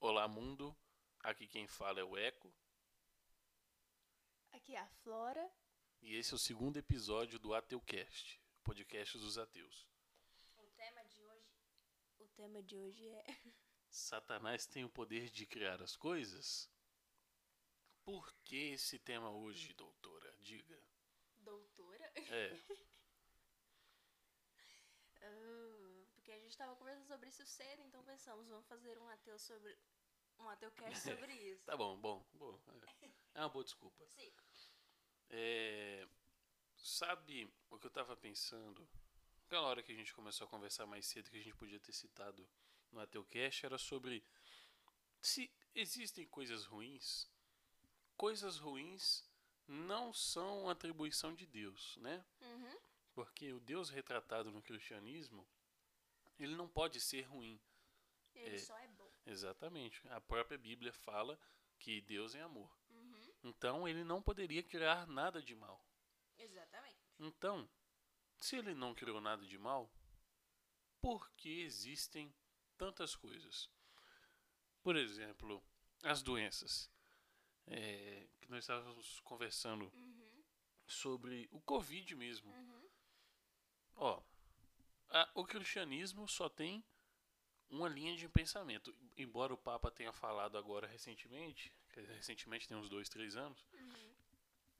Olá, mundo. Aqui quem fala é o Eco. Aqui é a Flora. E esse é o segundo episódio do Ateucast, podcast dos ateus. O tema de hoje. O tema de hoje é. Satanás tem o poder de criar as coisas? Por que esse tema hoje, doutora? Diga. Doutora? É, Ah, porque a gente tava conversando sobre isso cedo, então pensamos, vamos fazer um ateu sobre. Um ateucast sobre isso. tá bom, bom, bom. É, é uma boa desculpa. Sim. É, sabe o que eu tava pensando? Aquela hora que a gente começou a conversar mais cedo, que a gente podia ter citado no Ateucast, era sobre se existem coisas ruins, coisas ruins não são atribuição de Deus, né? Uhum. Porque o Deus retratado no cristianismo, ele não pode ser ruim. Ele É. só é bom. Exatamente. A própria Bíblia fala que Deus é amor. Uhum. Então ele não poderia criar nada de mal. Exatamente. Então, se ele não criou nada de mal, por que existem tantas coisas? Por exemplo, as doenças. É, que nós estávamos conversando Uhum, sobre o Covid mesmo. Ó, a- o cristianismo só tem uma linha de pensamento. Embora o Papa tenha falado agora recentemente, que recentemente tem uns dois, três anos,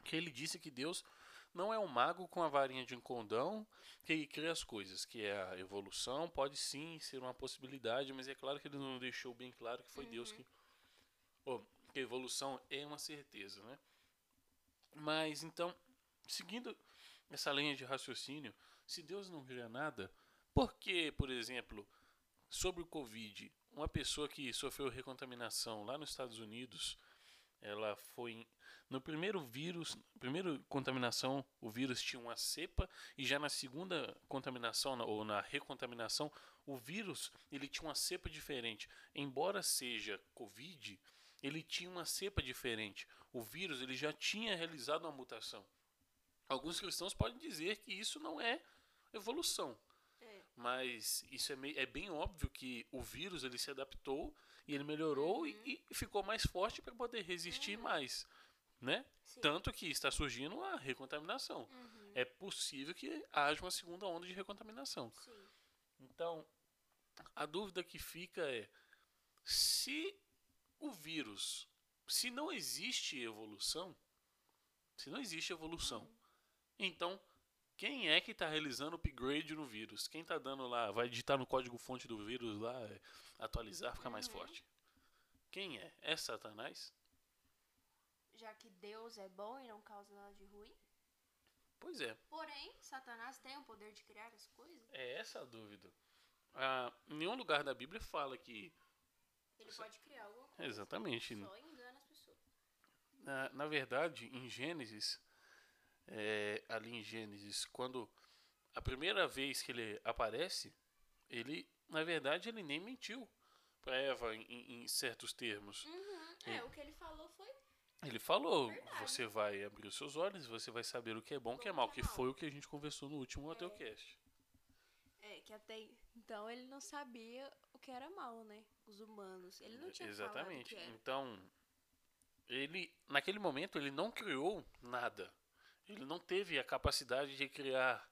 que ele disse que Deus não é um mago com a varinha de um condão que ele cria as coisas, que é a evolução, pode sim ser uma possibilidade, mas é claro que ele não deixou bem claro que foi Deus que. Ô, que a evolução é uma certeza, né? Mas então, seguindo essa linha de raciocínio, se Deus não cria nada, por que, por exemplo, sobre o Covid, uma pessoa que sofreu recontaminação lá nos Estados Unidos, ela foi em- no primeiro vírus, primeira contaminação, o vírus tinha uma cepa e já na segunda contaminação na- ou na recontaminação, o vírus ele tinha uma cepa diferente. Embora seja COVID, ele tinha uma cepa diferente. O vírus ele já tinha realizado uma mutação. Alguns cristãos podem dizer que isso não é evolução, É. mas isso é, meio- é bem óbvio que o vírus ele se adaptou e ele melhorou e, e ficou mais forte para poder resistir mais, né? Sim. Uhum. Tanto que está surgindo a recontaminação. É possível que haja uma segunda onda de recontaminação. Sim. Então, a dúvida que fica é se o vírus, se não existe evolução, se não existe evolução, então quem é que está realizando o upgrade no vírus? Quem está dando lá, vai digitar no código-fonte do vírus lá, é, atualizar, ficar mais forte? Quem é? É Satanás? Já que Deus é bom e não causa nada de ruim. Pois é, Porém, Satanás tem o poder de criar as coisas. é essa a dúvida. Ah, nenhum lugar da Bíblia fala que. Ele pode criar alguma coisa. Exatamente. Só engana as pessoas. Na, na verdade, em Gênesis, é, ali em Gênesis, quando a primeira vez que ele aparece, ele, na verdade, ele nem mentiu para Eva em- em, em certos termos. Uhum. É, o que ele falou foi. Ele falou: Verdade. você vai abrir os seus olhos, você vai saber o que é bom, o que é mal, que foi o que a gente conversou no último Hotelcast. É, que até então ele não sabia o que era mal, né? Os humanos. Ele não tinha Exatamente. falado o que era. Então, ele naquele momento ele não criou nada. Ele não teve a capacidade de criar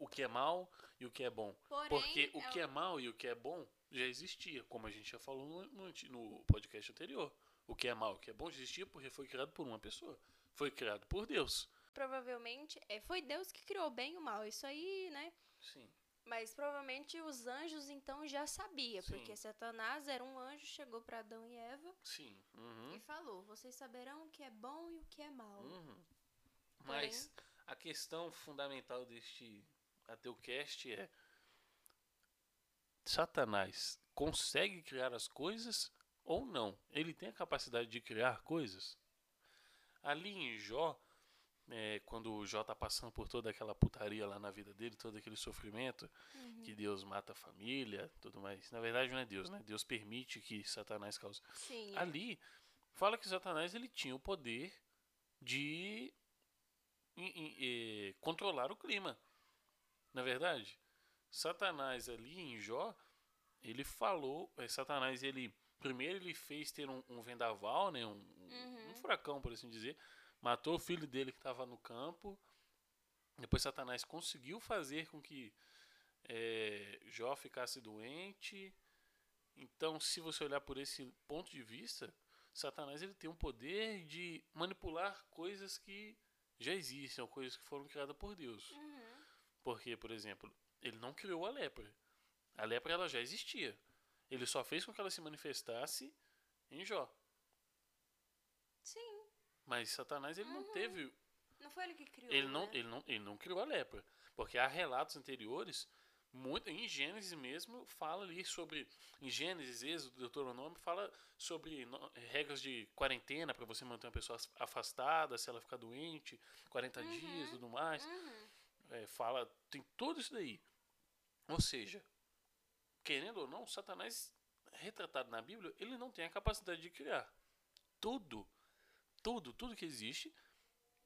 o que é mal e o que é bom. Porém, Porque o é que o- é mal e o que é bom já existia, como a gente já falou no, no anti- no podcast anterior. O que é mal e o que é bom já existia porque foi criado por uma pessoa. Foi criado por Deus. Provavelmente é, foi Deus que criou o bem e o mal, isso aí, né? Sim. Mas provavelmente os anjos então já sabia, Sim. porque Satanás era um anjo, chegou pra Adão e Eva Sim. Uhum. e falou: "Vocês saberão o que é bom e o que é mal". Uhum. Porém- Mas a questão fundamental deste Ateucast é: Satanás consegue criar as coisas ou não? Ele tem a capacidade de criar coisas? Ali em Jó, é, quando o Jó tá passando por toda aquela putaria lá na vida dele, todo aquele sofrimento, que Deus mata a família, tudo mais. Na verdade, não é Deus, né? Deus permite que Satanás cause. Sim. é. Ali fala que Satanás ele tinha o poder de em- em- eh, controlar o clima. é Na verdade, é, Satanás ali em Jó, ele falou, eh, Satanás ele Primeiro ele fez ter um, um vendaval, né? Um, um- Uhum. um furacão, por assim dizer. Matou o filho dele que estava no campo. Depois Satanás conseguiu fazer com que é, Jó ficasse doente. Então, se você olhar por esse ponto de vista, Satanás ele tem um poder de manipular coisas que já existem, ou coisas que foram criadas por Deus. Uhum. Porque, por exemplo, ele não criou a lepra. A lepra ela já existia. Ele só fez com que ela se manifestasse em Jó. Sim. Mas Satanás ele não teve, Não foi ele que criou. ele não, é. né? ele não, ele não criou a lepra, porque há relatos anteriores, muito em Gênesis mesmo fala ali sobre em Gênesis, Êxodo, Deuteronômio fala sobre no- regras de quarentena para você manter uma pessoa as- afastada, se ela ficar doente, 40 dias, tudo mais. Uhum. É, fala, tem tudo isso daí. Ou seja, querendo ou não, Satanás, retratado na Bíblia, ele não tem a capacidade de criar. Tudo, tudo, tudo que existe,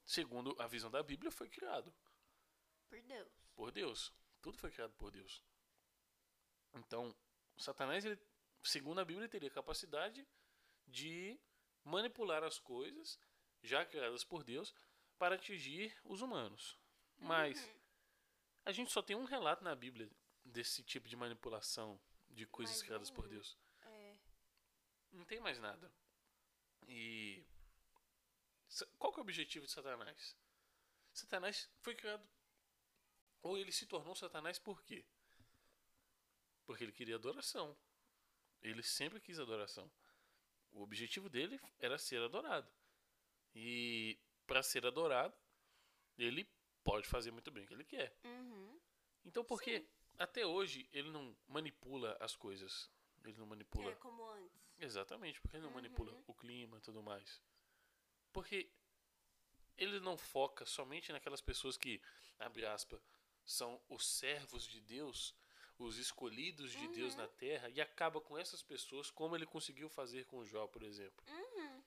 segundo a visão da Bíblia, foi criado Por Deus. por Deus. Tudo foi criado por Deus. Então, Satanás, ele, segundo a Bíblia, ele teria capacidade de manipular as coisas já criadas por Deus para atingir os humanos. Mas Uhum. a gente só tem um relato na Bíblia desse tipo de manipulação de coisas Mais criadas por nenhum. Deus. É. Não tem mais nada. E. sa- Qual que é o objetivo de Satanás? Satanás foi criado. Ou ele se tornou Satanás por quê? Porque ele queria adoração. Ele sempre quis adoração. O objetivo dele era ser adorado. E para ser adorado, ele pode fazer muito bem o que ele quer. Uhum. Então por que até hoje ele não manipula as coisas? Ele não manipula É como antes. Exatamente, porque ele não manipula Uhum. o clima e tudo mais. Porque ele não foca somente naquelas pessoas que, abre aspas, são os servos de Deus, os escolhidos de Deus Uhum. na terra, e acaba com essas pessoas como ele conseguiu fazer com Jó, por exemplo. Uhum.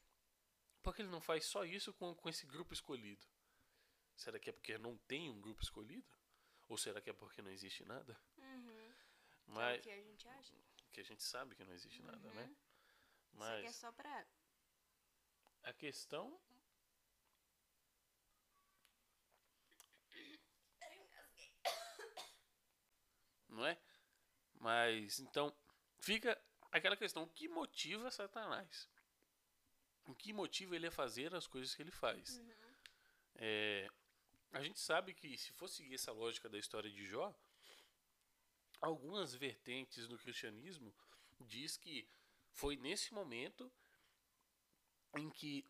Por que ele não faz só isso com, com esse grupo escolhido? Será que é porque não tem um grupo escolhido? Ou será que é porque não existe nada? Uhum. Que é Mas, o que a gente acha? que a gente sabe que não existe nada, né? Uhum. Isso aqui é Mas só pra. a questão não é? Mas então fica aquela questão: o que motiva Satanás? O que motiva ele a fazer as coisas que ele faz? Uhum. É, a gente sabe que se for seguir essa lógica da história de Jó, algumas vertentes do cristianismo diz que foi nesse momento em que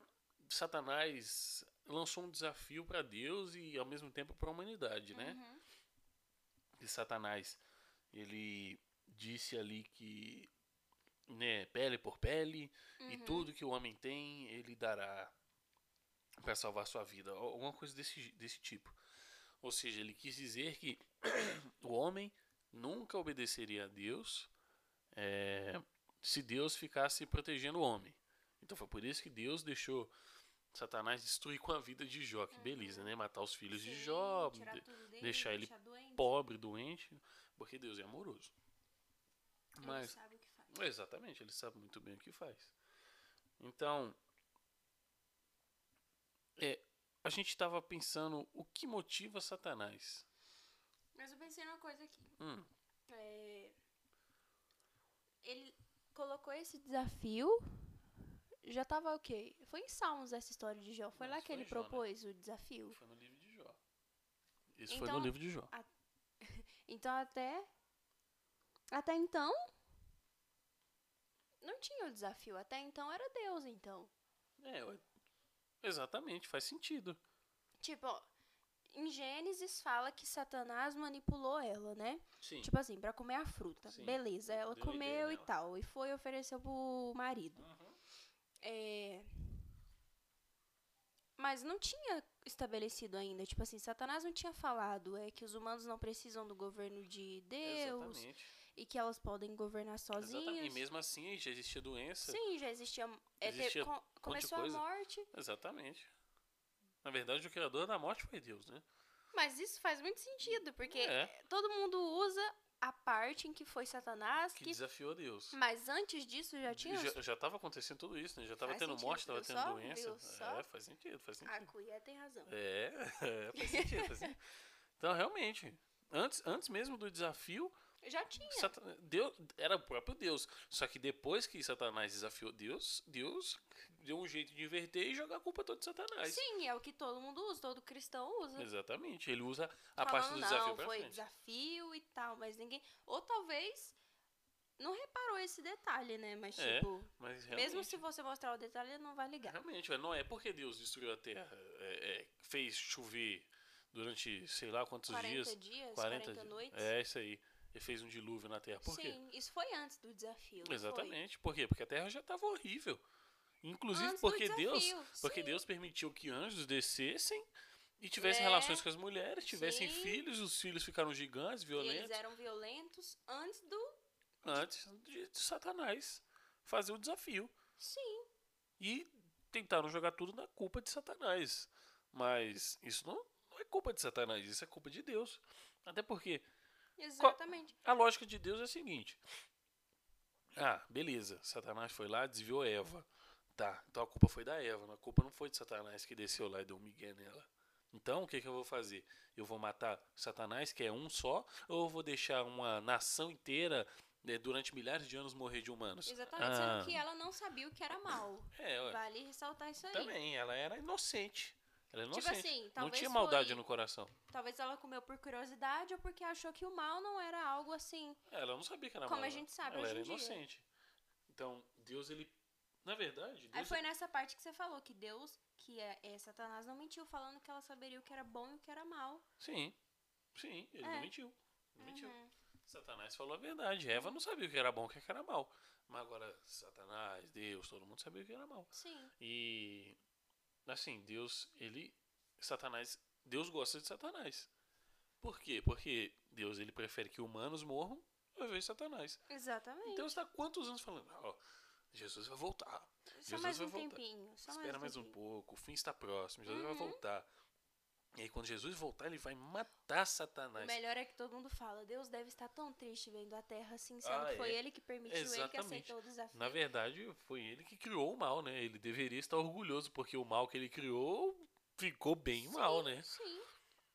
Satanás lançou um desafio para Deus e ao mesmo tempo para a humanidade, né? Uhum. de Satanás, ele disse ali que né, pele por pele e Uhum. tudo que o homem tem, ele dará para salvar sua vida, ou alguma coisa desse, desse tipo. Ou seja, ele quis dizer que o homem nunca obedeceria a Deus eh, se Deus ficasse protegendo o homem. Então foi por isso que Deus deixou Satanás destruir com a vida de Jó, que beleza, né? Matar os filhos de Uhum. Sim, Jó, tirar de- tudo dele, deixar ele doente. pobre, doente, porque Deus é amoroso. Ele Mas, sabe o que faz. exatamente, ele sabe muito bem o que faz. Então, é, a gente estava pensando o que motiva Satanás. Mas eu pensei numa coisa aqui. Hum, É, Ele colocou esse desafio. Já tava ok. Foi em Salmos essa história de Jó. Foi Não, lá isso que ele foi em Jó, né? propôs o desafio. foi no livro de Jó. Isso foi no Então- livro de Jó. Então até. Até então. Não tinha o desafio. Até então era Deus, então. É, ué, exatamente, faz sentido. Tipo, ó, em Gênesis fala que Satanás manipulou ela, né? Sim. Tipo assim, pra comer a fruta. Sim, Beleza, ela deu a ideia comeu e nela. tal. E foi e ofereceu pro marido. Uhum. É. Mas não tinha estabelecido ainda. Tipo assim, Satanás não tinha falado é que os humanos não precisam do governo de Deus Exatamente. e que elas podem governar sozinhas. Exatamente. E mesmo assim já existia doença. Sim, já existia. é, te- Existia co- começou a coisa. morte. Exatamente. Na verdade, o criador da morte foi Deus, né? Mas isso faz muito sentido, porque É. todo mundo usa a parte em que foi Satanás que que. desafiou Deus. Mas antes disso já tinha. Já, já tava acontecendo tudo isso, né? Já tava Faz tendo sentido, morte, tava viu tendo só? doença. Viu só? É, faz sentido, faz A sentido. Cuié tem razão. É, é, faz sentido, faz sentido. Então, realmente, antes, antes mesmo do desafio, Já tinha. Satan- Deus, era o próprio Deus. Só que depois que Satanás desafiou Deus, Deus deu um jeito de inverter e jogar a culpa toda de Satanás. Sim, é o que todo mundo usa, todo cristão usa. Exatamente. Ele usa É, a Falando, parte do desafio não, pra foi frente. desafio e tal, mas ninguém. Ou talvez não reparou esse detalhe, né? Mas, É, tipo, Mas mesmo realmente- se você mostrar o detalhe, ele não vai ligar. Realmente, ué, não é porque Deus destruiu a terra, é, é, fez chover durante sei lá quantos 40 dias. dias, 40, dias. noites. É isso aí. Ele fez um dilúvio na terra. Por quê? Sim, isso foi antes do desafio. não foi? Exatamente. Por quê? Porque a terra já estava horrível. Inclusive Antes do porque Deus, desafio, porque sim. Deus permitiu que anjos descessem e tivessem É. relações com as mulheres, tivessem Sim. filhos, os filhos ficaram gigantes, E eles violentos, eram violentos antes do. antes de de Satanás fazer o desafio. Sim. E tentaram jogar tudo na culpa de Satanás. Mas isso não, não é culpa de Satanás, isso é culpa de Deus. Até porque Exatamente. a lógica de Deus é a seguinte: Ah, beleza, Satanás foi lá, desviou Eva. Tá, então a culpa foi da Eva, a culpa não foi de Satanás que desceu lá e deu um migué nela. Então o que, que eu vou fazer? Eu vou matar Satanás, que é um só, ou eu vou deixar uma nação inteira eh, durante milhares de anos morrer de humanos? Exatamente. Ah. Sendo que ela não sabia o que era mal. É, ué. Vale ressaltar isso aí. Também, ela era inocente. Ela era Tipo inocente. assim, não talvez tinha maldade foi- no coração. Talvez ela comeu por curiosidade ou porque achou que o mal não era algo assim. É, Ela não sabia que era Como a maldade. gente sabe ela hoje era em dia. inocente. Então, Deus, ele. Na verdade, Deus. é- Aí foi nessa parte que você falou que Deus, que é, é Satanás, não mentiu falando que ela saberia o que era bom e o que era mal. Sim. Sim, ele É. não mentiu. Não mentiu. Uhum. Satanás falou a verdade. Eva não sabia o que era bom e o que era mal. Mas agora, Satanás, Deus, todo mundo sabia o que era mal. Sim. E assim, Deus, ele Satanás, Deus gosta de Satanás. Por quê? Porque Deus ele prefere que humanos morram ao invés de Satanás. Exatamente. Deus está há quantos anos falando, ó, Jesus vai voltar. só Jesus mais vai um voltar. tempinho. Só Espera mais um tempinho. pouco, o fim está próximo, Jesus vai Uhum. voltar. E aí quando Jesus voltar, ele vai matar Satanás. O melhor é que todo mundo fala, Deus deve estar tão triste vendo a terra assim, sendo Ah, que foi é. ele que permitiu, ele que Exatamente. é aceitou o desafio. Na verdade, foi ele que criou o mal, né? Ele deveria estar orgulhoso porque o mal que ele criou ficou bem mal, né? Sim.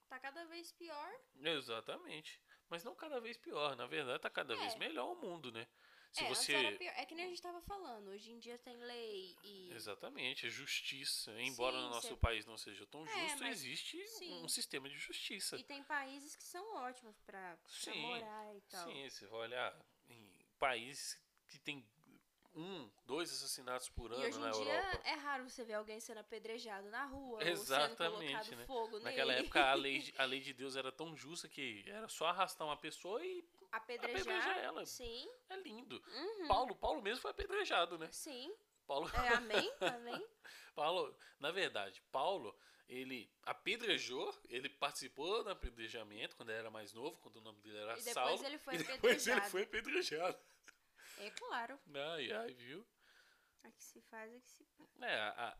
Tá cada vez pior. Exatamente. Mas não cada vez pior. Na verdade, tá cada vez É. melhor o mundo, né? Se é, antes era você. pior. É que nem a gente tava falando. Hoje em dia tem lei e. Exatamente, a justiça. Embora no Sim, nosso você- país não seja tão É, justo, mas- existe sim. um sistema de justiça. E tem países que são ótimos pra, pra Sim, morar e tal. Sim, você vai olhar em países que tem um, dois assassinatos por ano E hoje na em dia Europa. é raro você ver alguém sendo apedrejado na rua ou sendo Exatamente, colocado né? fogo Naquela nele. época a lei, de- a lei de Deus era tão justa que era só arrastar uma pessoa e apedrejar, apedrejar ela. Sim, é lindo. Uhum. Paulo, Paulo mesmo foi apedrejado, né? sim. Paulo É, amém, amém. Paulo, na verdade, Paulo, ele apedrejou, ele participou do apedrejamento quando ele era mais novo, quando o nome dele era E depois Saulo. ele foi e depois ele apedrejado. foi apedrejado. É claro. Ai, ai, viu? A que se faz, a que se... É, a- a-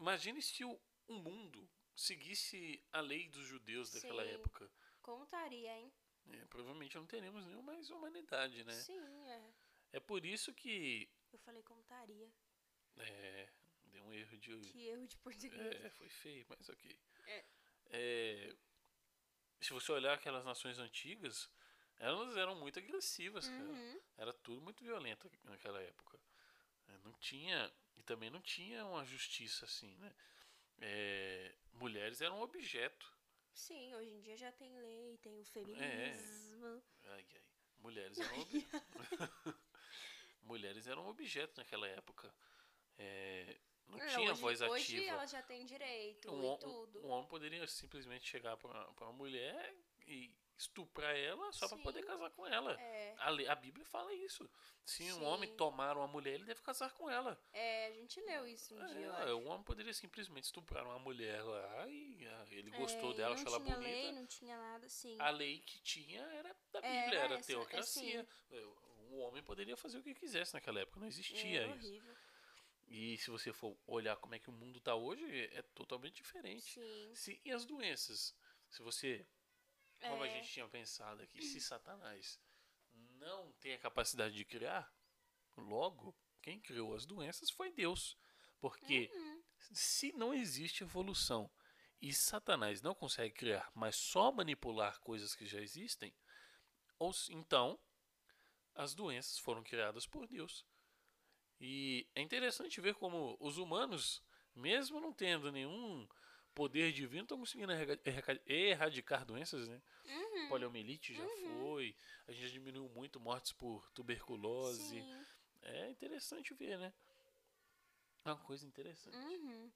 imagine se o, o mundo seguisse a lei dos judeus daquela Sim. época. Contaria, hein? É, provavelmente não teríamos nenhuma mais humanidade, né? Sim, é. É por isso que. Eu falei contaria. É, deu um erro de. Que erro de português. É, foi feio, mas ok. É. É, se você olhar aquelas nações antigas, elas eram muito agressivas, cara. Uhum. Era tudo muito violento naquela época. É, Não tinha. E também não tinha uma justiça assim, né? É, mulheres eram objeto. Sim, hoje em dia já tem lei, É. tem o feminismo. Ai, ai. Mulheres eram objeto. mulheres eram objeto naquela época. É, não É, tinha hoje, voz ativa. Hoje ela já tem direito Um, hom- e tudo. um homem poderia simplesmente chegar pra, pra uma mulher e estuprar ela só pra Sim. poder casar com ela. É, A, lei- a Bíblia fala isso. Se um Sim. homem tomar uma mulher, ele deve casar com ela. é, a gente leu isso um dia, eu É, acho. um homem poderia simplesmente estuprar uma mulher lá e ah, ele gostou É, e dela, achou ela Não tinha bonita. Ah, lei, não tinha nada, sim. É, A lei que tinha era da Era Bíblia, era, essa, é teocracia. O homem poderia fazer o que quisesse naquela época, não existia é, isso. horrível. E se você for olhar como é que o mundo tá hoje, é totalmente diferente. Sim. Se- e as doenças? Se você, como a É. gente tinha pensado aqui, se Satanás não tem a capacidade de criar, logo, quem criou as doenças foi Deus. Porque Uhum. se não existe evolução e Satanás não consegue criar, mas só manipular coisas que já existem, ou s- então as doenças foram criadas por Deus. E é interessante ver como os humanos, mesmo não tendo nenhum poder divino, estão conseguindo erga- erga- erradicar doenças, né? Poliomielite já foi, a gente diminuiu muito mortes por tuberculose. Sim. É interessante ver, né? É uma coisa interessante. Uhum.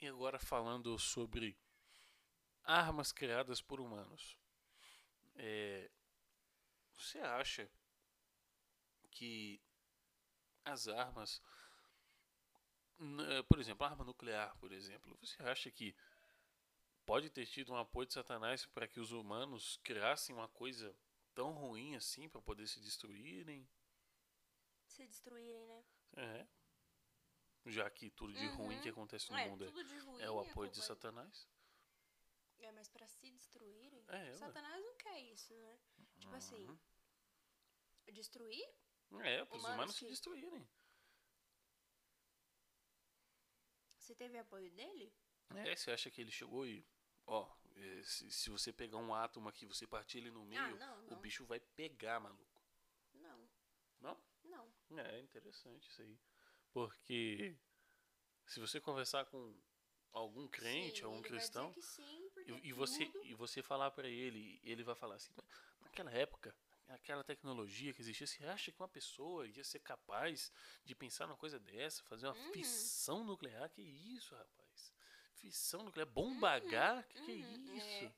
E agora falando sobre armas criadas por humanos. É, você acha que as armas, n- eh, por exemplo, a arma nuclear, por exemplo, você acha que pode ter tido um apoio de Satanás para que os humanos criassem uma coisa tão ruim assim para poder se destruírem? Se destruírem, né? É. Já que tudo de ruim que acontece no é, mundo é- tudo de ruim. é, o apoio de culpa- Satanás. É, mas pra se destruírem, É, ué. Uhum. Satanás não quer isso, né? Tipo assim, destruir? É, para os Humanos humanos se que- destruírem. Você teve apoio dele? É, você acha que ele chegou e. Ó, é, se, se você pegar um átomo aqui, você partir ele no meio, ah, não, o não. bicho vai pegar, maluco. Não, Não? não. É interessante isso aí. Porque se você conversar com algum crente, sim, algum ele cristão, Vai dizer que sim, porque e, e você, tudo- e você falar pra ele, ele vai falar assim, "Mas naquela época, aquela tecnologia que existia, você acha que uma pessoa ia ser capaz de pensar numa coisa dessa, fazer uma Uhum. fissão nuclear? Que isso, rapaz? Fissão nuclear, bomba H? Que, que uhum, é isso?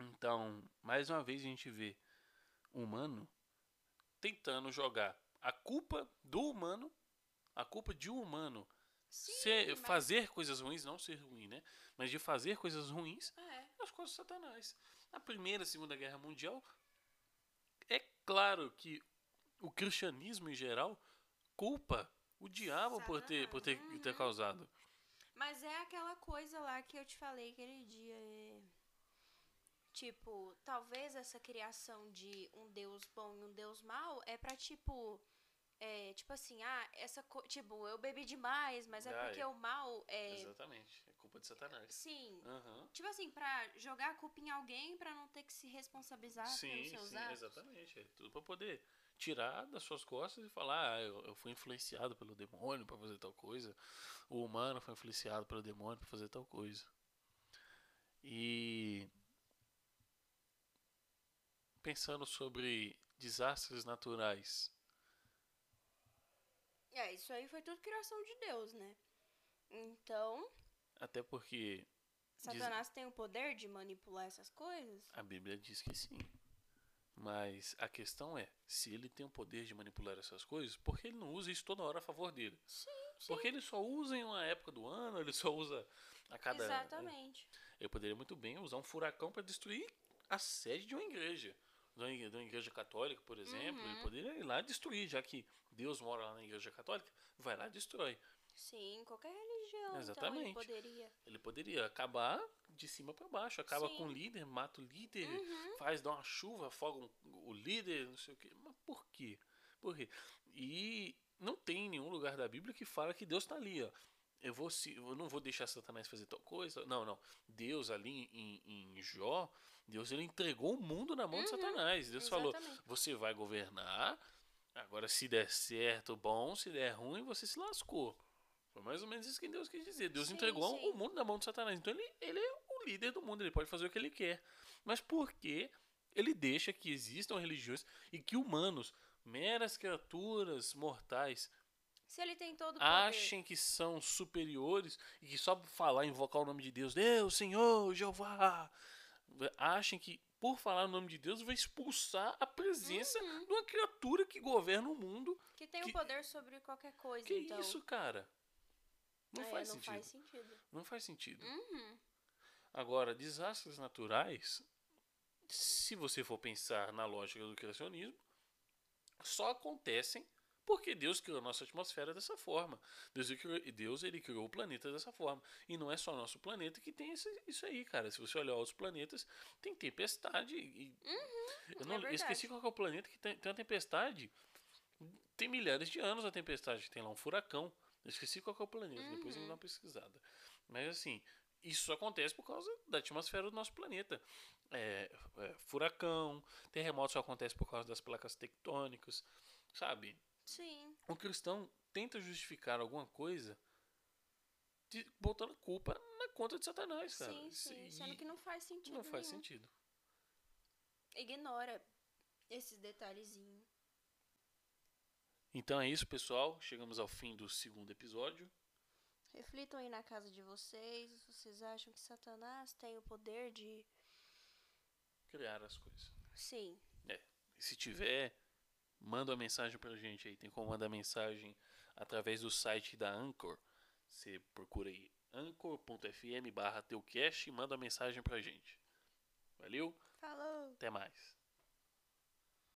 Então, mais uma vez a gente vê o humano tentando jogar a culpa do humano, a culpa de um humano Sim, ser- mas- fazer coisas ruins, não ser ruim, né? Mas de fazer coisas ruins É, as coisas de Satanás. Na Primeira e Segunda Guerra Mundial, é claro que o cristianismo em geral culpa o diabo por ter, por ter, Satanás, ter uhum. causado. mas é aquela coisa lá que eu te falei aquele dia. é, Tipo, talvez essa criação de um Deus bom e um Deus mau é pra, tipo. É, tipo assim, ah, essa co- Tipo, eu bebi demais, mas é Ah, porque é. o mal é. Exatamente. É culpa de Satanás. Sim, Aham. Tipo assim, pra jogar a culpa em alguém pra não ter que se responsabilizar pelos Sim, seus sim, atos. exatamente. É tudo pra poder tirar das suas costas e falar, ah, eu, eu fui influenciado pelo demônio pra fazer tal coisa. O humano foi influenciado pelo demônio pra fazer tal coisa. E pensando sobre desastres naturais, É, isso aí foi tudo criação de Deus, né? Então, até porque Satanás tem o poder de manipular essas coisas? a Bíblia diz que sim. Mas a questão é, se ele tem o poder de manipular essas coisas, por que ele não usa isso toda hora a favor dele? Sim, sim. Porque ele só usa em uma época do ano, ele só usa a cada. Exatamente. Eu poderia muito bem usar um furacão para destruir a sede de uma igreja. De uma igre- de uma igreja católica, por exemplo. Uhum. Ele poderia ir lá destruir, já que Deus mora lá na igreja católica, vai lá e destrói. Sim, qualquer religião. Então Exatamente. ele poderia. Ele poderia acabar de cima para baixo. Acaba Sim. com o líder, mata o líder, Uhum. faz, dá uma chuva, afoga um- o líder, não sei o quê. Mas por quê? Por quê? E não tem nenhum lugar da Bíblia que fala que Deus tá ali, ó. Eu, vou, se- eu não vou deixar Satanás fazer tal coisa. Não, não. Deus ali em, em Jó, Deus ele entregou o mundo na mão de Satanás. Deus falou, Exatamente. você vai governar, agora se der certo, bom, se der ruim, você se lascou. Foi mais ou menos isso que Deus quis dizer. Deus Sim, entregou sim. o mundo na mão de Satanás. Então ele, ele é o líder do mundo, ele pode fazer o que ele quer. Mas por que ele deixa que existam religiões e que humanos, meras criaturas mortais, Se ele tem todo o poder. achem que são superiores e que só por falar, invocar o nome de Deus, Deus, Senhor, Jeová, achem que por falar o nome de Deus vai expulsar a presença Uhum. de uma criatura que governa o mundo. Que tem que- o poder sobre qualquer coisa, Que então. isso, cara? Não É, faz não sentido. faz sentido. Não faz sentido. Uhum. Agora, desastres naturais, se você for pensar na lógica do criacionismo, só acontecem Porque Deus criou a nossa atmosfera dessa forma. Deus ele criou, Deus, ele criou o planeta dessa forma. E não é só nosso planeta que tem esse, isso aí, cara. Se você olhar outros planetas, tem tempestade. e- eu não, é eu verdade. esqueci qual que é o planeta que tem, tem uma tempestade. Tem milhares de anos a tempestade. Tem lá um furacão. Eu esqueci qual que é o planeta. Depois Uhum. eu vou dar uma pesquisada. Mas assim, isso acontece por causa da atmosfera do nosso planeta. É, é, furacão, terremoto só acontece por causa das placas tectônicas, sabe? Sim. o cristão tenta justificar alguma coisa de- botando culpa na conta de Satanás, cara. Sim, Isso- sim. e Sendo que não faz sentido. não faz nenhum. sentido. Ignora esses detalhezinhos. Então é isso, pessoal. Chegamos ao fim do segundo episódio. Reflitam aí na casa de vocês. Vocês acham que Satanás tem o poder de. Criar as coisas. Sim. E se tiver, manda uma mensagem pra gente aí. Tem como mandar mensagem através do site da Anchor. Você procura aí anchor.fm barra teucast e manda uma mensagem pra gente. Valeu, Falou! até mais.